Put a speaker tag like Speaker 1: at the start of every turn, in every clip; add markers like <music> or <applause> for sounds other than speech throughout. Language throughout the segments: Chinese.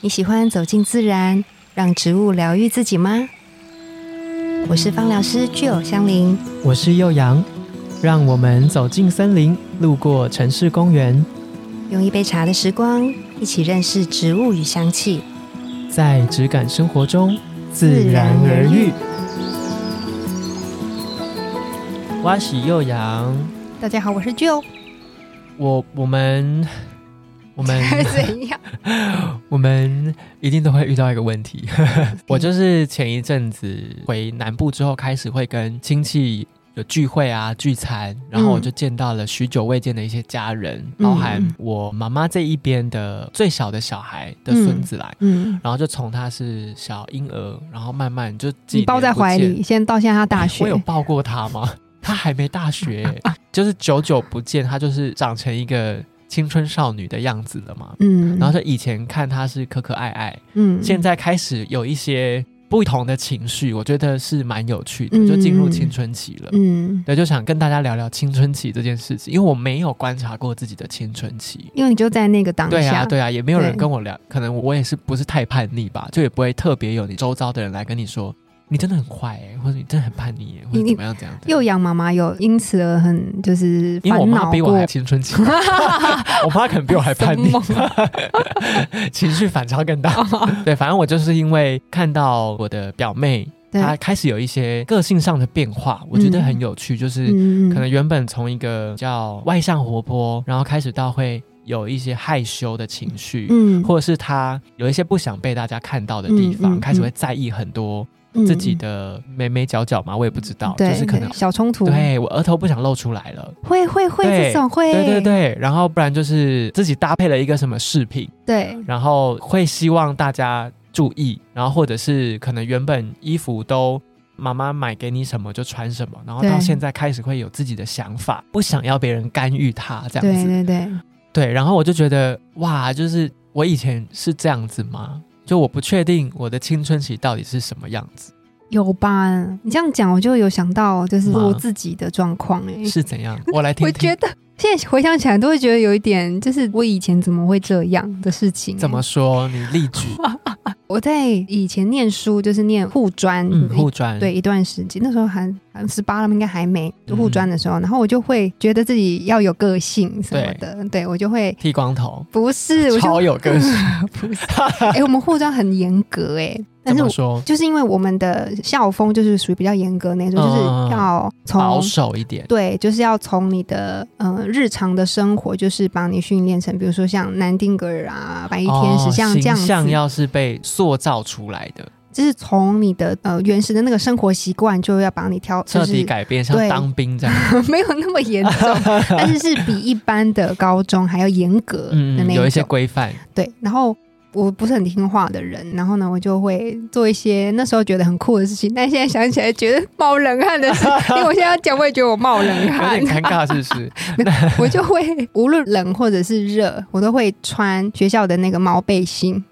Speaker 1: 你喜欢走进自然，让植物疗愈自己吗？我是芳疗师具有香林，
Speaker 2: 我是幼阳，让我们走进森林，路过城市公园，
Speaker 1: 用一杯茶的时光，一起认识植物与香气。
Speaker 2: 在质感生活中自然而愈。哇喜幼阳，
Speaker 1: 大家好，我是 Joe。
Speaker 2: 我我们我 <laughs> 们
Speaker 1: 怎样？
Speaker 2: 我们一定都会遇到一个
Speaker 3: <laughs>
Speaker 2: 问题。我就是前一阵子回南部之后，开始会跟亲戚有聚会啊、聚餐，然后我就见到了许久未见的一些家人，
Speaker 3: 嗯
Speaker 2: 包含我妈妈这一边的最小的小孩的孙子来。
Speaker 1: 嗯，
Speaker 2: 然后就从他是小婴儿，然后慢慢就几
Speaker 3: 你抱
Speaker 2: 年
Speaker 3: 在
Speaker 2: 不
Speaker 3: 怀
Speaker 2: 见
Speaker 3: 里，先到现在他大学
Speaker 2: 我，有抱过
Speaker 3: <laughs>
Speaker 2: 他吗？他还没大学欸、就是久久不见，他就是长成一个青春少女的样子了嘛。
Speaker 3: 嗯
Speaker 2: 然后就以前看他是可可爱爱，
Speaker 3: 嗯
Speaker 2: 现在开始有一些不同的情绪，我觉得是蛮有趣的，
Speaker 3: 嗯
Speaker 2: 就进入青春期了。
Speaker 3: 嗯，
Speaker 2: 对，就想跟大家聊聊青春期这件事情，因为我没有观察过自己的青春期。
Speaker 3: 因为你就在那个当下，
Speaker 2: 对啊，对啊，也没有人
Speaker 3: 对
Speaker 2: 跟我聊，可能我也是不是太叛逆吧，就也不会特别有你周遭的人来跟你说，你真的很坏哎、或者你真的很叛逆、欸，或者
Speaker 3: 你
Speaker 2: 怎么样怎样怎样。
Speaker 3: 幼阳妈妈有因此而很就是
Speaker 2: 因为我
Speaker 3: 烦
Speaker 2: 妈
Speaker 3: 恼
Speaker 2: 比我还
Speaker 3: 过，
Speaker 2: 青春期， <laughs> 我妈可能比我还叛逆 <laughs>
Speaker 3: 什，
Speaker 2: 情绪反差
Speaker 3: <laughs>
Speaker 2: 更大。
Speaker 3: 哦
Speaker 2: 对，反正我就是因为看到我的表妹，
Speaker 3: 对
Speaker 2: 她开始有一些个性上的变化，我觉得
Speaker 3: 嗯
Speaker 2: 很有趣，就是
Speaker 3: 嗯
Speaker 2: 可能原本从一个比较外向活泼，然后开始到会有一些害羞的情绪。
Speaker 3: 嗯
Speaker 2: 或者是她有一些不想被大家看到的地
Speaker 3: 嗯
Speaker 2: 方，
Speaker 3: 嗯嗯
Speaker 2: 开始会在意很多自己的眉眉角角嘛，我也不知道，就
Speaker 3: 对
Speaker 2: 是可能
Speaker 3: 对小冲突，
Speaker 2: 对我额头不想露出来了，
Speaker 3: 会会会这
Speaker 2: 对
Speaker 3: 种会，
Speaker 2: 对对对，然后不然就是自己搭配了一个什么饰品，
Speaker 3: 对
Speaker 2: 然后会希望大家注意，然后或者是可能原本衣服都妈妈买给你什么就穿什么，然后到
Speaker 3: 对
Speaker 2: 现在开始会有自己的想法，不想要别人干预他这样
Speaker 3: 对
Speaker 2: 子。
Speaker 3: 对对，
Speaker 2: 对，然后我就觉得哇，就是我以前是这样子吗？就我不确定我的青春期到底是什么样子，
Speaker 3: 有吧？你这样讲，我就有想到就是
Speaker 2: 吗
Speaker 3: 我自己的状况哎，
Speaker 2: 是怎样？我来
Speaker 3: 我
Speaker 2: 听
Speaker 3: 觉
Speaker 2: 听。
Speaker 3: 得现在回想起来都会觉得有一点，就是我以前怎么会这样的事情，欸
Speaker 2: 怎么说？你例举，
Speaker 3: <laughs> 我在以前念书就是念护专，
Speaker 2: 嗯，互转，
Speaker 3: 对，一段时间，那时候还好像十八了吗，应该还没
Speaker 2: 嗯
Speaker 3: 护专的时候，然后我就会觉得自己要有个性什么的，对我就会
Speaker 2: 剃光头，
Speaker 3: 不是，我
Speaker 2: 超
Speaker 3: 就
Speaker 2: 有个性。
Speaker 3: 不是， <laughs> 哎、我们护专很严格哎、
Speaker 2: <laughs>
Speaker 3: 但
Speaker 2: 怎
Speaker 3: 是
Speaker 2: 么
Speaker 3: 我
Speaker 2: 说？
Speaker 3: 就是因为我们的校风就是属于比较严格那种，就是要
Speaker 2: 嗯保
Speaker 3: 从。
Speaker 2: 守一点，
Speaker 3: 对，就是要从你的呃日常的生活，就是把你训练成，比如说像南丁格尔啊、白衣天使、
Speaker 2: 哦
Speaker 3: 像这样
Speaker 2: 形
Speaker 3: 子，
Speaker 2: 象要是被塑造出来的，
Speaker 3: 就是从你的呃原始的那个生活习惯，就要把你挑，就
Speaker 2: 彻底
Speaker 3: 是
Speaker 2: 改变，像
Speaker 3: 对
Speaker 2: 当兵这样，
Speaker 3: <laughs> 没有那么
Speaker 2: <laughs>
Speaker 3: 严重，但是是比一般的高中还要严格的
Speaker 2: 嗯，
Speaker 3: 那
Speaker 2: 有一些
Speaker 3: 种
Speaker 2: 规
Speaker 3: <laughs>
Speaker 2: 范，
Speaker 3: 对，然后我不是很听话的人，然后呢，我就会做一些那时候觉得很酷的事情，但现在想起来觉得冒冷汗的事， <laughs> 因为我现在要讲，我也觉得我冒冷
Speaker 2: 有
Speaker 3: 汗
Speaker 2: 点，尴尬，是不
Speaker 3: <laughs>
Speaker 2: 是？
Speaker 3: 我就会无论冷或者是热，我都会穿学校的那个毛背心，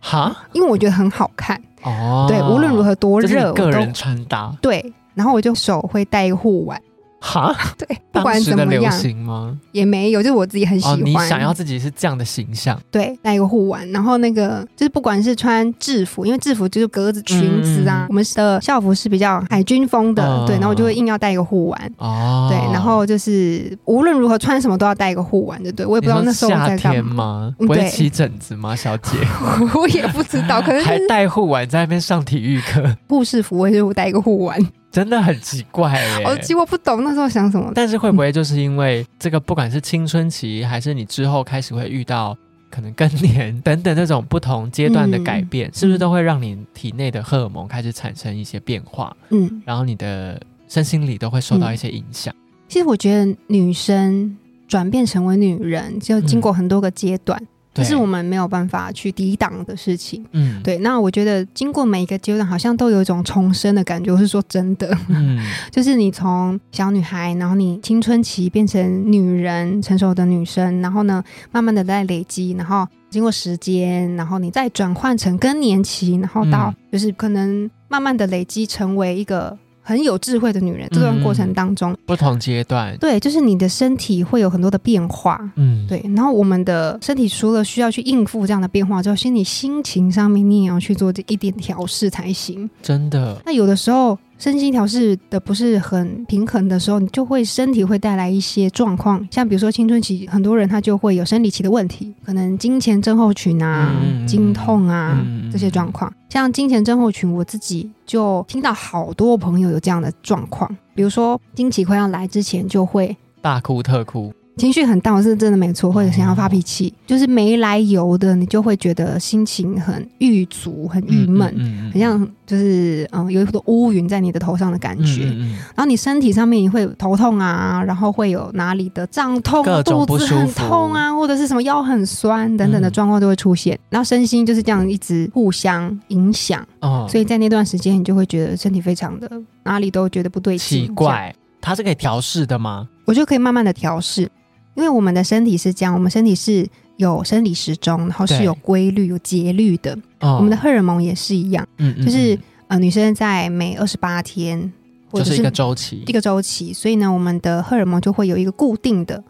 Speaker 2: 哈，
Speaker 3: 因为我觉得很好看。
Speaker 2: 哦，
Speaker 3: 对，无论如何多
Speaker 2: 这是
Speaker 3: 热，
Speaker 2: 你
Speaker 3: 我
Speaker 2: 个
Speaker 3: 都
Speaker 2: 人穿搭，
Speaker 3: 对。然后我就手会戴一个护腕， <laughs>
Speaker 2: 哈，
Speaker 3: 对，不
Speaker 2: 当
Speaker 3: 管
Speaker 2: 时
Speaker 3: 怎
Speaker 2: 的
Speaker 3: 么
Speaker 2: 流
Speaker 3: 样
Speaker 2: 行吗？
Speaker 3: 也没有，就是我自己很喜
Speaker 2: 哦，
Speaker 3: 欢。
Speaker 2: 你想要自己是这样的形象，
Speaker 3: 对，带一个护腕，然后那个就是不管是穿制服，因为制服就是格子、裙子啊，
Speaker 2: 嗯
Speaker 3: 我们的校服是比较海军风的，
Speaker 2: 嗯
Speaker 3: 对，然后我就会硬要带一个护腕。
Speaker 2: 哦，
Speaker 3: 对，然后就是无论如何穿什么都要带一个护腕，对对，我也
Speaker 2: 我
Speaker 3: 不知道那时候我
Speaker 2: 夏
Speaker 3: 在干
Speaker 2: 天
Speaker 3: 嘛，
Speaker 2: 吗？
Speaker 3: 嗯
Speaker 2: 不会
Speaker 3: 对
Speaker 2: 起疹子吗，小姐？
Speaker 3: <laughs> 我也不知道。可能就
Speaker 2: 还
Speaker 3: 是
Speaker 2: 带护腕在那边上体育课，
Speaker 3: 护士服，我也就带一个护
Speaker 2: <laughs>
Speaker 3: 腕。
Speaker 2: 真的很奇怪哎。
Speaker 3: 我其实我不懂那时候想什么，
Speaker 2: 但是会不会就是因为这个，不管是青春期，还是你之后开始会遇到可能更年等等这种不同阶段的改
Speaker 3: 嗯
Speaker 2: 变，是不是都会让你体内的荷尔蒙开始产生一些变化，
Speaker 3: 嗯，
Speaker 2: 然后你的身心里都会受到一些影响？
Speaker 3: 其实我觉得女生转变成为女人，就经过很多个阶段，这
Speaker 2: 嗯对，
Speaker 3: 是我们没有办法去抵挡的事情。
Speaker 2: 嗯，
Speaker 3: 对，那我觉得经过每一个阶段，好像都有一种重生的感觉。我是说真的， <laughs>
Speaker 2: 嗯，
Speaker 3: 就是你从小女孩，然后你青春期变成女人，成熟的女生，然后呢，慢慢的在累积，然后经过时间，然后你再转换成更年期，然后到就是可能慢慢的累积成为一个。很有智慧的女人。这段过程当中，
Speaker 2: 不同阶段，
Speaker 3: 对，就是你的身体会有很多的变化。
Speaker 2: 嗯，
Speaker 3: 对，然后我们的身体除了需要去应付这样的变化之后，心理心情上面你也要去做这一点调试才行。
Speaker 2: 真的，
Speaker 3: 那有的时候身心调试的不是很平衡的时候，你就会身体会带来一些状况，像比如说青春期，很多人他就会有生理期的问题，可能经前症候群啊、
Speaker 2: 嗯嗯嗯
Speaker 3: 经痛啊、
Speaker 2: 嗯
Speaker 3: 这些状况。像经前症候群，我自己就听到好多朋友有这样的状况，比如说经期快要来之前就会
Speaker 2: 大哭特哭，
Speaker 3: 情绪很大，我是真的没错，或者想要发
Speaker 2: 哦
Speaker 3: 脾气，就是没来由的，你就会觉得心情很郁卒、很郁闷，
Speaker 2: 嗯
Speaker 3: 很像就是嗯有一朵乌云在你的头上的感觉。
Speaker 2: 嗯嗯嗯
Speaker 3: 然后你身体上面也会有头痛啊，然后会有哪里的胀痛啊、
Speaker 2: 各种
Speaker 3: 肚子
Speaker 2: 不舒
Speaker 3: 很
Speaker 2: 服
Speaker 3: 痛啊，或者是什么腰很酸等等的
Speaker 2: 嗯
Speaker 3: 状况都会出现。然后身心就是这样一直互相影响，
Speaker 2: 哦
Speaker 3: 所以在那段时间你就会觉得身体非常的哪里都觉得不对劲，
Speaker 2: 奇怪，它是可以调试的吗？
Speaker 3: 我就可以慢慢的调试，因为我们的身体是这样，我们身体是有生理时钟，然后是
Speaker 2: 对
Speaker 3: 有规律、有节律的。
Speaker 2: 哦
Speaker 3: 我们的荷尔蒙也是一样，
Speaker 2: 嗯嗯
Speaker 3: 就是
Speaker 2: 嗯
Speaker 3: 呃，女生在每二十八天或
Speaker 2: 就
Speaker 3: 者
Speaker 2: 是一
Speaker 3: 是
Speaker 2: 个周期
Speaker 3: 一个周期，所以呢，我们的荷尔蒙就会有一个固定的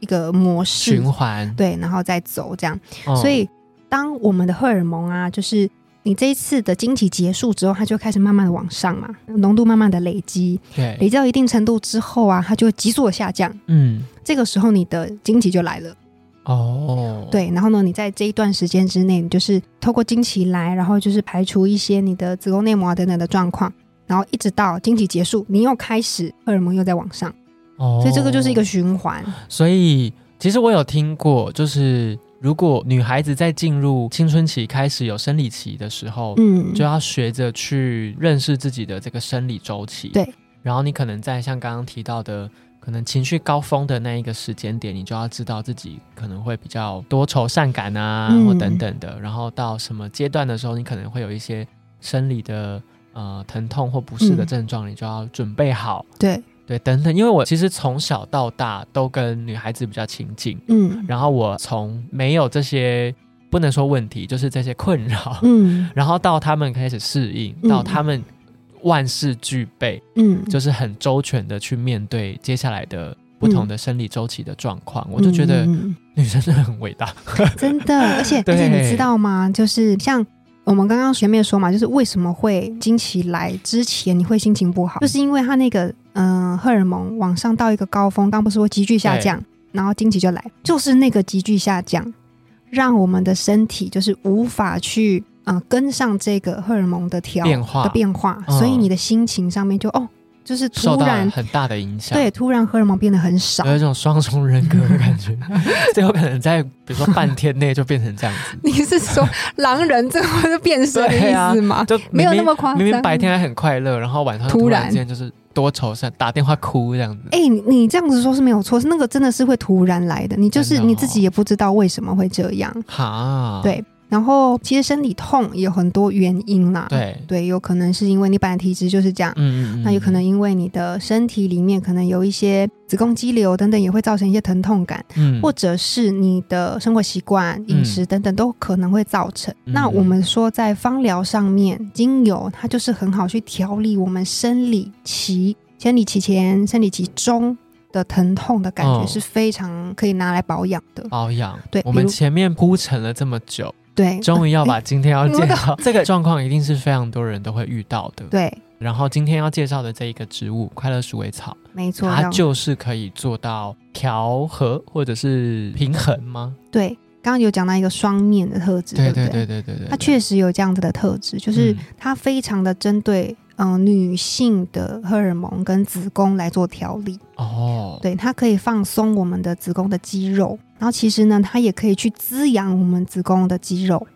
Speaker 3: 一个模式
Speaker 2: 循，环，
Speaker 3: 对，然后再走这样。
Speaker 2: 哦
Speaker 3: 所以当我们的荷尔蒙啊，就是你这一次的经期结束之后，它就开始慢慢的往上嘛，浓度慢慢的累积，
Speaker 2: 对，
Speaker 3: 累积到一定程度之后啊，它就会急速的下降。
Speaker 2: 嗯，
Speaker 3: 这个时候你的经期就来了，
Speaker 2: 哦，，
Speaker 3: 对，然后呢，你在这一段时间之内，你就是透过经期来，然后就是排除一些你的子宫内膜啊等等的状况，然后一直到经期结束，你又开始荷尔蒙又在往上，
Speaker 2: 哦，
Speaker 3: 所以这个就是一个循环。
Speaker 2: 所以其实我有听过，就是如果女孩子在进入青春期开始有生理期的时候，
Speaker 3: 嗯，
Speaker 2: 就要学着去认识自己的这个生理周期。
Speaker 3: 对，
Speaker 2: 然后你可能在像刚刚提到的。可能情绪高峰的那一个时间点，你就要知道自己可能会比较多愁善感啊，
Speaker 3: 嗯
Speaker 2: 或等等的。然后到什么阶段的时候，你可能会有一些生理的呃疼痛或不适的
Speaker 3: 嗯
Speaker 2: 症状，你就要准备好。
Speaker 3: 对，
Speaker 2: 对，等等，因为我其实从小到大都跟女孩子比较亲近，
Speaker 3: 嗯
Speaker 2: 然后我从没有这些不能说问题，就是这些困扰，
Speaker 3: 嗯
Speaker 2: 然后到他们开始适应，
Speaker 3: 嗯
Speaker 2: 到他们万事俱备，
Speaker 3: 嗯，
Speaker 2: 就是很周全的去面对接下来的不同的生理周期的状况，我就觉得
Speaker 3: 嗯嗯嗯
Speaker 2: 女生真的很伟大。
Speaker 3: 嗯真的，而且而
Speaker 2: 对
Speaker 3: 且你知道吗？就是像。我们刚刚前面说嘛，就是为什么会经期来之前你会心情不好，就是因为它那个嗯、呃荷尔蒙往上到一个高峰，刚不是说急剧下降，然后经期就来，就是那个急剧下降，让我们的身体就是无法去嗯、呃跟上这个荷尔蒙的调
Speaker 2: 变化
Speaker 3: 的变化，
Speaker 2: 嗯
Speaker 3: 所以你的心情上面就哦，就是
Speaker 2: 受
Speaker 3: 突
Speaker 2: 到
Speaker 3: 然
Speaker 2: 很大的影响，
Speaker 3: 对，突然荷尔蒙变得很少，
Speaker 2: 有一种双重人格的感觉，最后可能在比如说半天内就变成这样子，
Speaker 3: <laughs> 你是说狼人最后就变身的
Speaker 2: 对啊
Speaker 3: 意思吗？
Speaker 2: <laughs> 就
Speaker 3: 没有那
Speaker 2: 明明
Speaker 3: 么夸张。
Speaker 2: 明明白天还很快乐，然后晚上
Speaker 3: 突
Speaker 2: 突
Speaker 3: 然
Speaker 2: 然间就是多愁善，打电话哭这样子。
Speaker 3: 哎、你你这样子说是没有错，是那个真的是会突然来的，你就是
Speaker 2: 真的哦
Speaker 3: 你自己也不知道为什么会这样。
Speaker 2: 哈，
Speaker 3: 对然后其实生理痛也有很多原因啦，
Speaker 2: 对，
Speaker 3: 有可能是因为你本来体质就是这样。
Speaker 2: 嗯嗯嗯，
Speaker 3: 那有可能因为你的身体里面可能有一些子宫肌瘤等等，也会造成一些疼痛感，
Speaker 2: 嗯，
Speaker 3: 或者是你的生活习惯、饮食等等都可能会造成。
Speaker 2: 嗯
Speaker 3: 那我们说在芳疗上面，精油它就是很好去调理我们生理期、生理期前、生理期中的疼痛的感觉，
Speaker 2: 哦
Speaker 3: 是非常可以拿来保养的。
Speaker 2: 保嗯养。
Speaker 3: 对
Speaker 2: 我
Speaker 3: 比
Speaker 2: 们
Speaker 3: 如
Speaker 2: 前面铺陈了这么
Speaker 3: <laughs>
Speaker 2: 久，
Speaker 3: 对，
Speaker 2: 终于要把今天要
Speaker 3: 哎
Speaker 2: 介
Speaker 3: <laughs>
Speaker 2: 绍这个状况，一定是非常多人都会遇到的。
Speaker 3: 对，
Speaker 2: 然后今天要介绍的这一个植物——快乐鼠尾草，
Speaker 3: 没错，
Speaker 2: 它
Speaker 3: 让
Speaker 2: 就是可以做到调和或者是平衡吗？
Speaker 3: 对。刚刚有讲到一个双面的特质，
Speaker 2: 对
Speaker 3: 不
Speaker 2: 对对对对对，
Speaker 3: 它确实有这样子的特质，就是
Speaker 2: 嗯
Speaker 3: 它非常的针对嗯、呃女性的荷尔蒙跟子宫来做调理。
Speaker 2: 哦，
Speaker 3: 对，它可以放松我们的子宫的肌肉，然后其实呢，它也可以去滋养我们子宫的肌肉，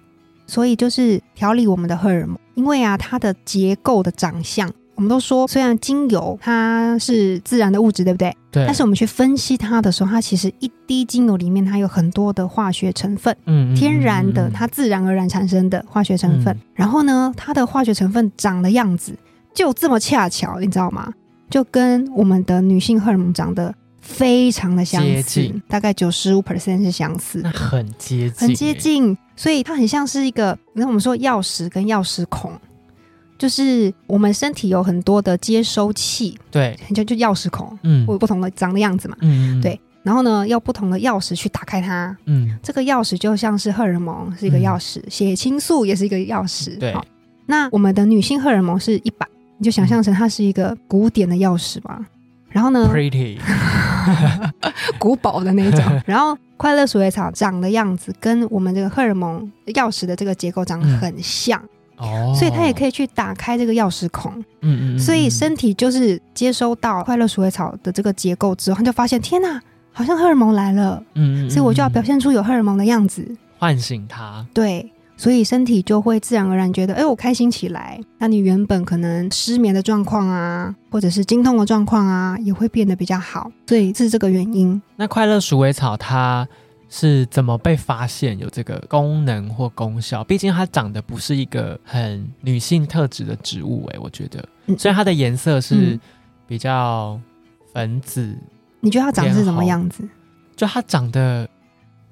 Speaker 3: 所以就是调理我们的荷尔蒙。因为啊，它的结构的长相，我们都说，虽然精油它是自然的物质，对不对？
Speaker 2: 对，
Speaker 3: 但是我们去分析它的时候，它其实一滴精油里面它有很多的化学成分，
Speaker 2: 嗯
Speaker 3: 天然的，
Speaker 2: 嗯嗯
Speaker 3: 它自然而然产生的化学成分
Speaker 2: 嗯。
Speaker 3: 然后呢，它的化学成分长的样子就这么恰巧，你知道吗？就跟我们的女性荷尔蒙长得非常的相
Speaker 2: 接
Speaker 3: 似
Speaker 2: 近，
Speaker 3: 大概九十五 percent 是相似
Speaker 2: 那，很接近，
Speaker 3: 很接。近。所以它很像是一个，那我们说钥匙跟钥匙孔，就是我们身体有很多的接收器，
Speaker 2: 对，
Speaker 3: 就就钥匙孔，
Speaker 2: 嗯
Speaker 3: 会有不同的长的样子嘛。
Speaker 2: 嗯，嗯
Speaker 3: 对然后呢，要不同的钥匙去打开它。
Speaker 2: 嗯
Speaker 3: 这个钥匙就像是荷尔蒙是一个
Speaker 2: 嗯
Speaker 3: 钥匙，血清素也是一个钥匙。
Speaker 2: 对
Speaker 3: 好那我们的女性荷尔蒙是一百，你就想象成它是一个古典的钥匙吧。然后
Speaker 2: <laughs>
Speaker 3: 呢，
Speaker 2: ，pretty，
Speaker 3: 古堡的那
Speaker 2: <laughs>
Speaker 3: 种。然后快乐鼠尾草长的样子跟我们这个荷尔蒙钥匙的这个结构长得
Speaker 2: 嗯
Speaker 3: 很像，
Speaker 2: 哦，
Speaker 3: <laughs> 所以它也可
Speaker 2: 以，
Speaker 3: 以去打开这个钥匙孔。
Speaker 2: 嗯嗯，
Speaker 3: 所以
Speaker 2: 身
Speaker 3: 身体就是接收到快乐鼠尾草的这个结构之后，它就发现天哪，好像荷尔蒙来了，
Speaker 2: 嗯，嗯
Speaker 3: 所以我就要表
Speaker 2: 嗯
Speaker 3: 现出有荷尔蒙的样子。
Speaker 2: 嗯唤醒他，
Speaker 3: 对。所以身体就会自然而然觉得，哎、我开心起来。那你原本可能失眠的状况啊，或者是经痛的状况啊，也会变得比较好。所以是这个原因。
Speaker 2: 那快乐鼠尾草它是怎么被发现有这个功能或功效？毕竟它长得不是一个很女性特质的植物、诶，我觉得，
Speaker 3: 嗯
Speaker 2: 虽然它的颜色是
Speaker 3: 嗯
Speaker 2: 比较粉紫，
Speaker 3: 你觉得它长是什么样子？
Speaker 2: 就它长得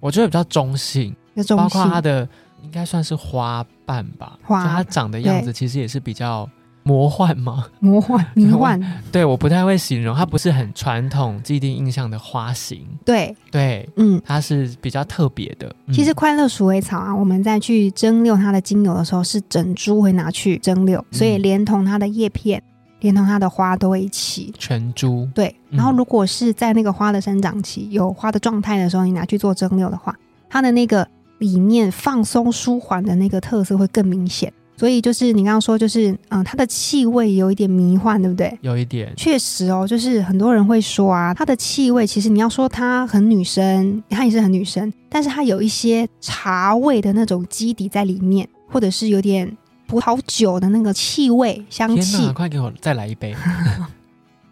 Speaker 2: 我觉得比较中性，
Speaker 3: 那中
Speaker 2: 包
Speaker 3: 性
Speaker 2: 括它的应该算是花瓣吧，
Speaker 3: 花
Speaker 2: 就它长的样子其实也是比较魔幻嘛。
Speaker 3: <laughs> 魔幻、迷幻，
Speaker 2: <laughs> 对，我不太会形容，它不是很传统既定印象的花型，
Speaker 3: 对，
Speaker 2: 对，
Speaker 3: 嗯。
Speaker 2: 它是比较特别的。嗯
Speaker 3: 其实快乐鼠尾草啊，我们在去蒸馏它的精油的时候，是整株会拿去蒸馏，所以连同它的叶片，连同它的花都会一起。
Speaker 2: 全株，
Speaker 3: 对，
Speaker 2: 嗯
Speaker 3: 然后如果是在那个花的生长期有花的状态的时候，你拿去做蒸馏的话，它的那个里面放松舒缓的那个特色会更明显。所以就是你刚刚说，就是嗯，它的气味有一点迷幻，对不对？
Speaker 2: 有一点，
Speaker 3: 确实哦，就是很多人会说啊，它的气味其实你要说它很女生，它也是很女生，但是它有一些茶味的那种基底在里面，或者是有点葡萄酒的那个气味、香
Speaker 2: 天
Speaker 3: 气
Speaker 2: 哪，、快给我再来
Speaker 3: <laughs>
Speaker 2: 一杯。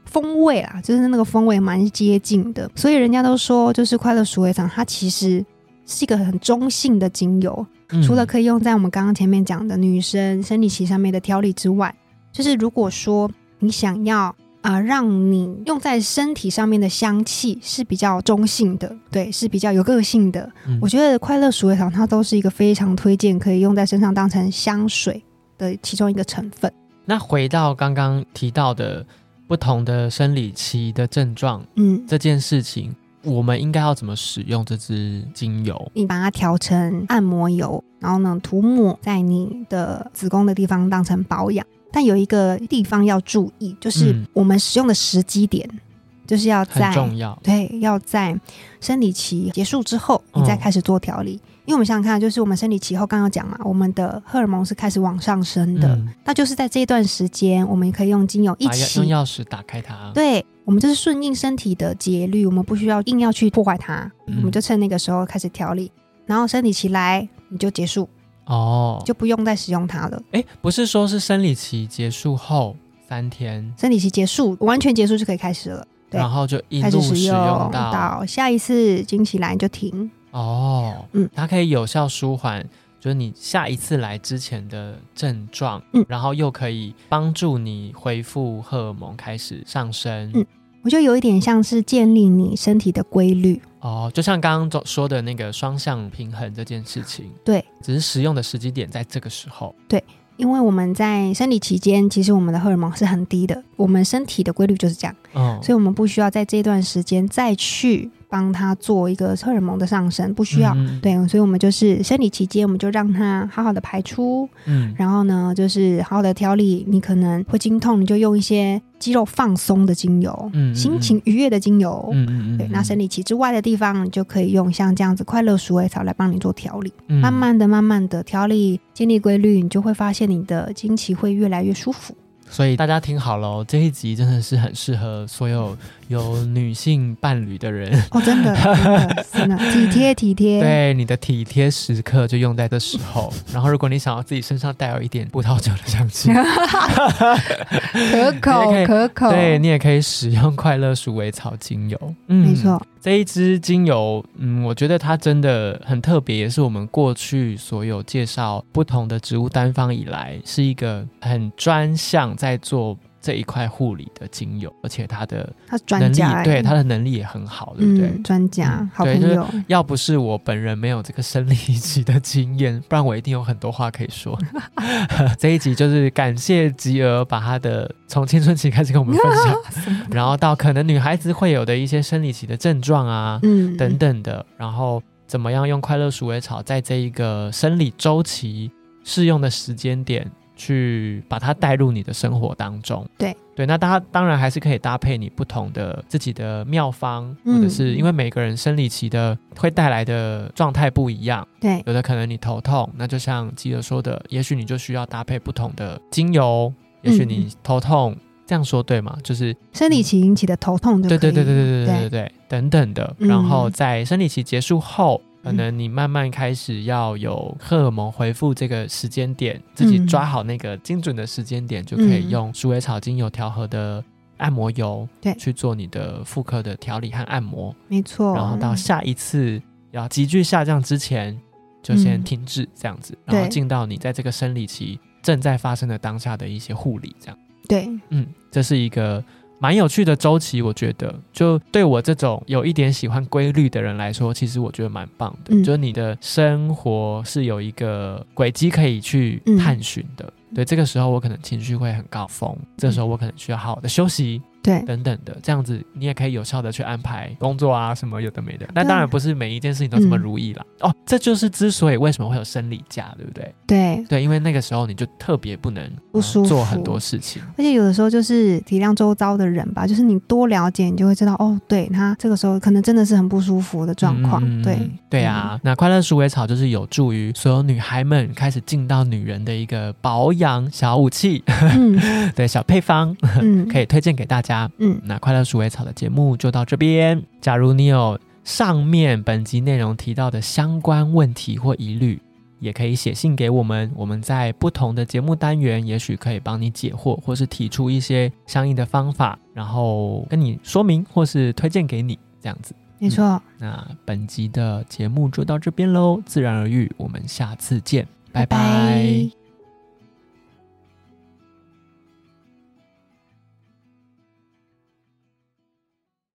Speaker 3: 风味啦，就是那个风味蛮接近的。所以人家都说，就是快乐鼠尾草，它其实是一个很中性的精油，
Speaker 2: 嗯
Speaker 3: 除了可以用在我们刚刚前面讲的女生生理期上面的调理之外，就是如果说你想要啊、让你用在身体上面的香气是比较中性的，对，是比较有个性的。
Speaker 2: 嗯
Speaker 3: 我觉得快乐鼠尾草它都是一个非常推荐可以用在身上当成香水的其中一个成分。
Speaker 2: 那回到刚刚提到的不同的生理期的症状
Speaker 3: 嗯，
Speaker 2: 这件事情，我们应该要怎么使用这支精油？
Speaker 3: 你把它调成按摩油，然后呢涂抹在你的子宫的地方当成保养。但有一个地方要注意，就是
Speaker 2: 嗯
Speaker 3: 我们使用的时机点，就是要在
Speaker 2: 很重要。
Speaker 3: 对，要在生理期结束之后，你再
Speaker 2: 嗯
Speaker 3: 开始做调理。因为我们想想看，就是我们生理期后，刚刚有讲嘛，我们的荷尔蒙是开始往上升的，
Speaker 2: 嗯
Speaker 3: 那就是在这一段时间，我们可以用精油一
Speaker 2: 把钥用
Speaker 3: 起，
Speaker 2: 钥匙打开它。，
Speaker 3: 对我们就是顺应身体的节律，我们不需要硬要去破坏它，
Speaker 2: 嗯
Speaker 3: 我们就趁那个时候开始调理，然后生理期来你就结束，
Speaker 2: 哦，
Speaker 3: 就不用再使用它了。
Speaker 2: 哎，不是说是生理期结束后三天，
Speaker 3: 生理期结束，完全结束就可以开始了，对
Speaker 2: 然后就一
Speaker 3: 开
Speaker 2: 路
Speaker 3: 始
Speaker 2: 使
Speaker 3: 使用
Speaker 2: 用
Speaker 3: 到下一次经期来你就停。
Speaker 2: 哦，
Speaker 3: 嗯
Speaker 2: 它可以有效舒缓，就是你下一次来之前的症状，
Speaker 3: 嗯
Speaker 2: 然后又可以帮助你恢复荷尔蒙开始上升，
Speaker 3: 嗯我觉得有一点像是建立你身体的规律，
Speaker 2: 哦，就像刚刚说的那个双向平衡这件事情，
Speaker 3: 对，
Speaker 2: 只是使用的时机点在这个时候，
Speaker 3: 因为我们在生理期间，其实我们的荷尔蒙是很低的，我们身体的规律就是这样，
Speaker 2: 嗯，
Speaker 3: 所以我们不需要在这段时间再去帮它做一个荷尔蒙的上升，不需要。
Speaker 2: 嗯，
Speaker 3: 对，所以我们就是生理期间，我们就让它好好的排出，
Speaker 2: 嗯，
Speaker 3: 然后呢，就是好好的调理。你可能会经痛，你就用一些肌肉放松的精油，
Speaker 2: 嗯嗯
Speaker 3: 心情愉悦的精油。
Speaker 2: 嗯嗯嗯，
Speaker 3: 对，那生理期之外的地方，你就可以用像这样子快乐鼠尾草来帮你做调理。
Speaker 2: 嗯
Speaker 3: 慢慢的、慢慢的调理、建立规律，你就会发现你的经期会越来越舒服。
Speaker 2: 所以大家听好喽，这一集真的是很适合
Speaker 3: <laughs>
Speaker 2: 所有有女性伴侣的人，
Speaker 3: 哦，真的，真的，真的，体贴体贴。，
Speaker 2: 对你的体贴时刻就用在这时
Speaker 3: <laughs>
Speaker 2: 候。然后，如果你想要自己身上带有一点葡萄酒的香
Speaker 3: <laughs>
Speaker 2: 气，
Speaker 3: 可口
Speaker 2: 你也
Speaker 3: 可口，
Speaker 2: 对你也可以使用快乐鼠尾草精油。嗯
Speaker 3: 没，错，
Speaker 2: 这一支精油，嗯，我觉得它真的很特别，也是我们过去所有介绍不同的植物单方以来，是一个很专项在做这一块护理的精油，而且他的
Speaker 3: 他是
Speaker 2: 能
Speaker 3: 专
Speaker 2: 力
Speaker 3: 家、欸，
Speaker 2: 对他的能力也很好，对不对？
Speaker 3: 嗯，专家、
Speaker 2: 嗯
Speaker 3: 好
Speaker 2: 对
Speaker 3: 朋
Speaker 2: 就是
Speaker 3: 友，
Speaker 2: 要不是我本人没有这个生理期的经验，不然我一定有很多话可以说。 <laughs> 这一集就是感谢吉儿把她的从青春期开始跟我们
Speaker 3: <laughs>
Speaker 2: 分享，然后到可能女孩子会有的一些生理期的症状啊、
Speaker 3: 嗯，
Speaker 2: 等等的，然后怎么样用快乐鼠尾草在这一个生理周期适用的时间点。去把它带入你的生活当中，
Speaker 3: 对
Speaker 2: 对，那大家当然还是可以搭配你不同的自己的妙方，
Speaker 3: 嗯
Speaker 2: 或者是因为每个人生理期的会带来的状态不一样，
Speaker 3: 对，
Speaker 2: 有的可能你头痛，那就像基德说的，也许你就需要搭配不同的精油，也
Speaker 3: 嗯
Speaker 2: 许你头痛，这样说对吗？就是
Speaker 3: 生理期引起的头痛就
Speaker 2: 对
Speaker 3: 嗯可
Speaker 2: 对
Speaker 3: 以
Speaker 2: 对对对对对对
Speaker 3: 对
Speaker 2: 对，等等的。
Speaker 3: 嗯
Speaker 2: 然后在生理期结束后，可
Speaker 3: 嗯
Speaker 2: 能你慢慢开始要有荷尔蒙回复这个时间点，自己
Speaker 3: 嗯
Speaker 2: 抓好那个精准的时间点，就可以
Speaker 3: 嗯
Speaker 2: 用鼠尾草精油调和的按摩油，
Speaker 3: 对哦
Speaker 2: 去做你的妇科的调理和按摩。
Speaker 3: 没错，
Speaker 2: 然后到下一次要急剧下降之前，就先
Speaker 3: 嗯
Speaker 2: 停止这样子，
Speaker 3: 对
Speaker 2: 然后进到你在这个生理期正在发生的当下的一些护理，这样。
Speaker 3: 对，
Speaker 2: 嗯，这是一个蛮有趣的周期，我觉得就对我这种有一点喜欢规律的人来说，其实我觉得蛮棒的。
Speaker 3: 嗯
Speaker 2: 就是你的生活是有一个轨迹可以去
Speaker 3: 嗯
Speaker 2: 探寻的。对，这个时候我可能情绪会很高峰，这时候我可能需要好好的休息
Speaker 3: 对，
Speaker 2: 等等的，这样子你也可以有效的去安排工作啊什么有的没的。那当然不是每一件事情都这么
Speaker 3: 嗯
Speaker 2: 如意啦。哦，这就是之所以为什么会有生理假，对不对？
Speaker 3: 对，
Speaker 2: 对，因为那个时候你就特别不能
Speaker 3: 不
Speaker 2: 呃
Speaker 3: 舒
Speaker 2: 做很
Speaker 3: 服
Speaker 2: 多事情。
Speaker 3: 而且有的时候就是体谅周遭的人吧，就是你多了解，你就会知道哦，对他这个时候可能真的是很不舒服的状况，
Speaker 2: 嗯
Speaker 3: 对
Speaker 2: 对啊，那快乐鼠尾草就是有助于所有女孩们开始进到女人的一个保养小武器， <laughs>
Speaker 3: 嗯
Speaker 2: 对小配方，
Speaker 3: 嗯，
Speaker 2: <laughs> 可以推荐给大家。
Speaker 3: 嗯，
Speaker 2: 那快乐鼠尾草的节目就到这边。假如你有上面本集内容提到的相关问题或疑虑，也可以写信给我们，我们在不同的节目单元，也许可以帮你解惑，或是提出一些相应的方法，然后跟你说明或是推荐给你这样子。
Speaker 3: 没错，
Speaker 2: 那本集的节目就到这边喽，自然而愈，我们下次见，拜拜。
Speaker 3: 拜